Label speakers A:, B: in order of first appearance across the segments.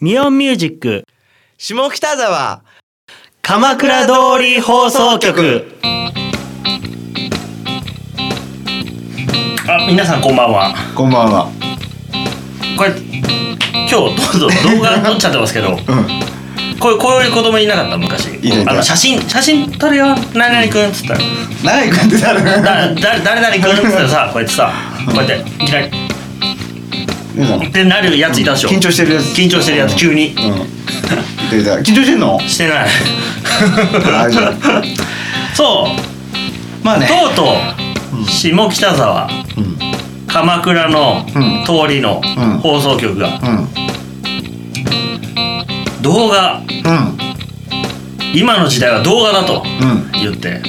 A: ミオンミュージック
B: 下北沢
A: 鎌倉通り放送局あ皆さんこんばんは
C: こんばんは。
A: これ今日どうぞ動画撮っちゃってますけ ど
C: うん。
A: こういうこういう子供いなかった昔
C: いないいない
A: あの写真写真撮るよ何々くんっつったら
C: 長い感じだ
A: だ
C: ね。
A: 誰誰々くんっつったらさこうやってさこうやっていきなり
C: 皆さん。
A: ってなるやついたでしょ
C: 緊張してるやつ。
A: 緊張してるやつ急に
C: うん。出た緊張してんの？
A: してない
C: 大丈
A: そう
C: まあね。
A: とうとう下北沢
C: うん。
A: 鎌倉の
C: うん
A: 通りの
C: うん
A: 放送局が
C: うん。
A: 動画今の時代は動画だと
C: うん。うん。
A: 言って
C: う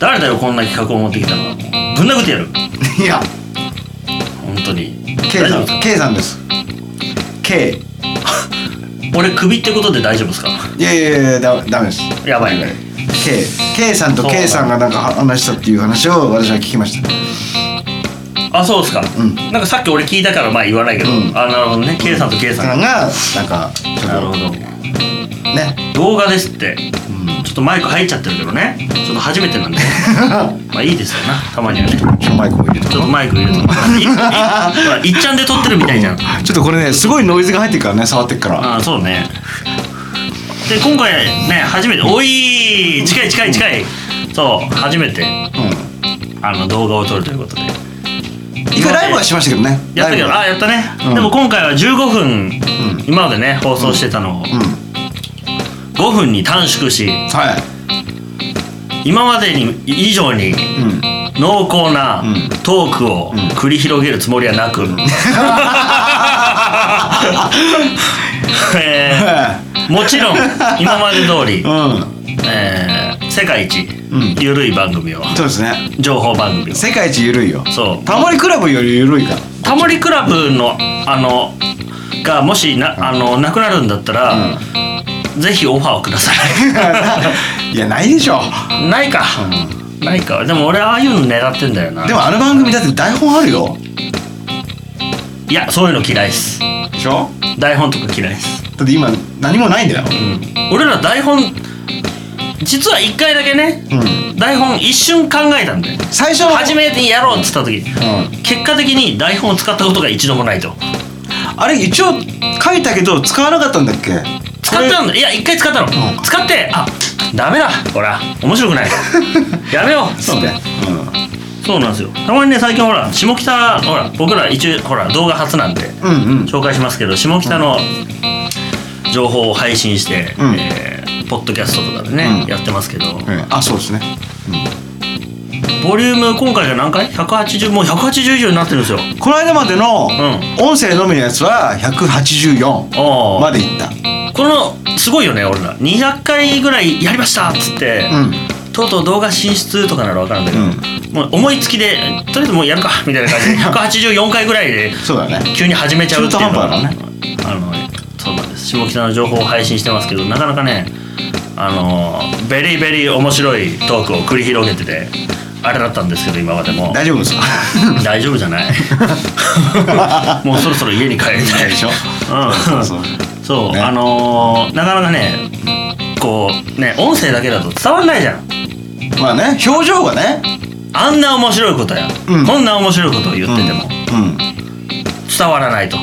A: 誰だよこんな企画を持ってきたのぶん殴ってやる
C: ん。いや、
A: 本当に
C: K
A: 大丈夫です
C: さん
A: か、
C: K さんです。K。
A: 俺クビってことで大丈夫ですか
C: いやいやいやだダメです。
A: やばいね
C: K。K さんと
A: そう
C: K さんがなんか話したっていう話を私は聞きました。
A: あそうですか、
C: ん
A: なんかさっき俺聞いたからまあ言わないけど、
C: うん
A: あなるほどね K さんと K
C: さ
A: さ
C: ん
A: ん、
C: がなんかちょっ
A: なるほど
C: とね。
A: 動画ですって
C: うん。
A: ちょっとマイク入っちゃってるけどねちょっと初めてなんでまあいいですよなたまにはね
C: ちょマイクを入れた
A: ちょっとマイク入れてもらっていいいいほらいっち ゃんで撮ってるみたいじゃん
C: ちょっとこれねすごいノイズが入ってるからね触ってっから。
A: ああそうねで今回ね初めておい近い近い近いそう初めて
C: うん。
A: あの動画を撮るということで
C: 一回ライブはしましたけどね。
A: やったけど
C: ラ
A: あやったね、
C: うん
A: でも今回は15分、今までね放送してたのを
C: イブうん。
A: 5分に短縮し
C: はい。
A: 今までに以上に
C: うん。
A: 濃厚な
C: うん
A: トークを繰り広げるつもりはなく、 えーもちろん今まで通り、
C: うん。
A: えー世界一
C: ん
A: ゆるい番組を
C: そうですね。
A: 情報番組を
C: 世界一ゆるいよ。
A: そう
C: タモリクラブよりゆるいから。
A: タモリクラブのあのがもしなあのなくなるんだったら、ぜひオファーをくださ
C: いやないでしょ。
A: いないか、ないかでも俺ああいうの狙ってんだよな
C: でもあの番組だって台本あるよ。
A: いやそういうの嫌いっす
C: でしょ。
A: 台本とか嫌いっす、
C: だって今何もないんだよ。
A: うん、俺ら台本実は一回だけね、
C: う
A: 台本一瞬考えたんだよ
C: 最初の。
A: 初めてやろうっつった時
C: うん。
A: 結果的に台本を使ったことが一度もないと
C: あれ一応書いたけど使わなかったんだっけ。
A: 使ったんだいや一回使ったの、
C: うん
A: 使ってあダメだほら面白くないやめよう
C: そうね。
A: そうなんですよたまにね最近ほら下北ほら僕ら一応ほら動画初なんで
C: うん。うんうん。
A: 紹介しますけど下北の情報を配信して、
C: うん
A: えーポッドキャストとかでね、
C: うん
A: やってますけど、
C: ええあそうですね。
A: ボリューム今回が何回 ?180 もう180以上になってるんですよ
C: この間までの
A: ん
C: 音声のみのやつは184
A: ああ
C: までいった。
A: このすごいよね俺ら200回ぐらいやりましたっつって、
C: うん。
A: とうとう動画進出とかなら分かるんだけど、もう思いつきでとりあえずもうやるかみたいな感じで184回ぐらいで
C: そうだね。
A: 急に始めちゃうっていうのが
C: 中途半端
A: あのそうなんです下北の情報を配信してますけどなかなかねあのベリーベリー面白いトークを繰り広げててあれだったんですけど今までも
C: 大丈夫ですか。
A: 大丈夫じゃない もうそろそろ家に帰りたい
C: でしょ。
A: うん
C: そう
A: そう、
C: ね
A: あのーなかなかねこうね音声だけだと伝わんないじゃん
C: まあね表情がね。
A: あんな面白いことや、
C: うん
A: こんな面白いことを言ってても
C: うん。
A: 伝わらないと、
C: ん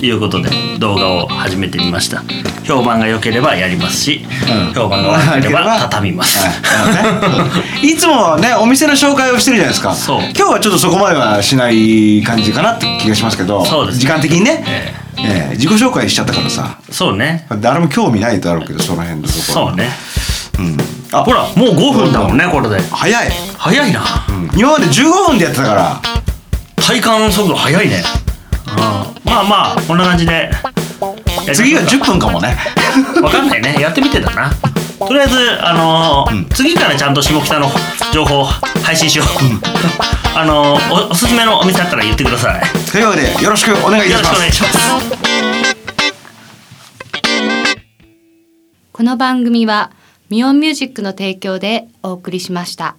A: いうことで動画を始めてみました評判が良ければやりますし、
C: うん
A: 評判が悪ければ畳みます、
C: はいいつもはねお店の紹介をしてるじゃないですか
A: そう
C: 今日はちょっとそこまではしない感じかなって気がしますけど
A: そうですね
C: 時間的にね、
A: え
C: ええ自己紹介しちゃったからさ
A: えそうね
C: 誰も興味ないだろうけどその辺のところ
A: そうね
C: うん、あ
A: ほらもう5分だもんねこれで
C: 早い、
A: 早いな
C: うん今まで15分でやってたから
A: 体感速度早いねうんまあまあこんな感じで
C: 次が10分かも ね
A: 分かんないねやってみてだなとりあえずあのー次からちゃんと下北の情報配信しよう、 あのーおおすすめのお店あったら言ってください
C: というわけでよろしくお願いい
A: よ
C: た
A: ろしく
C: しま
A: お
C: す
A: 願いします
D: この番組はミオンミュージックの提供でお送りしました。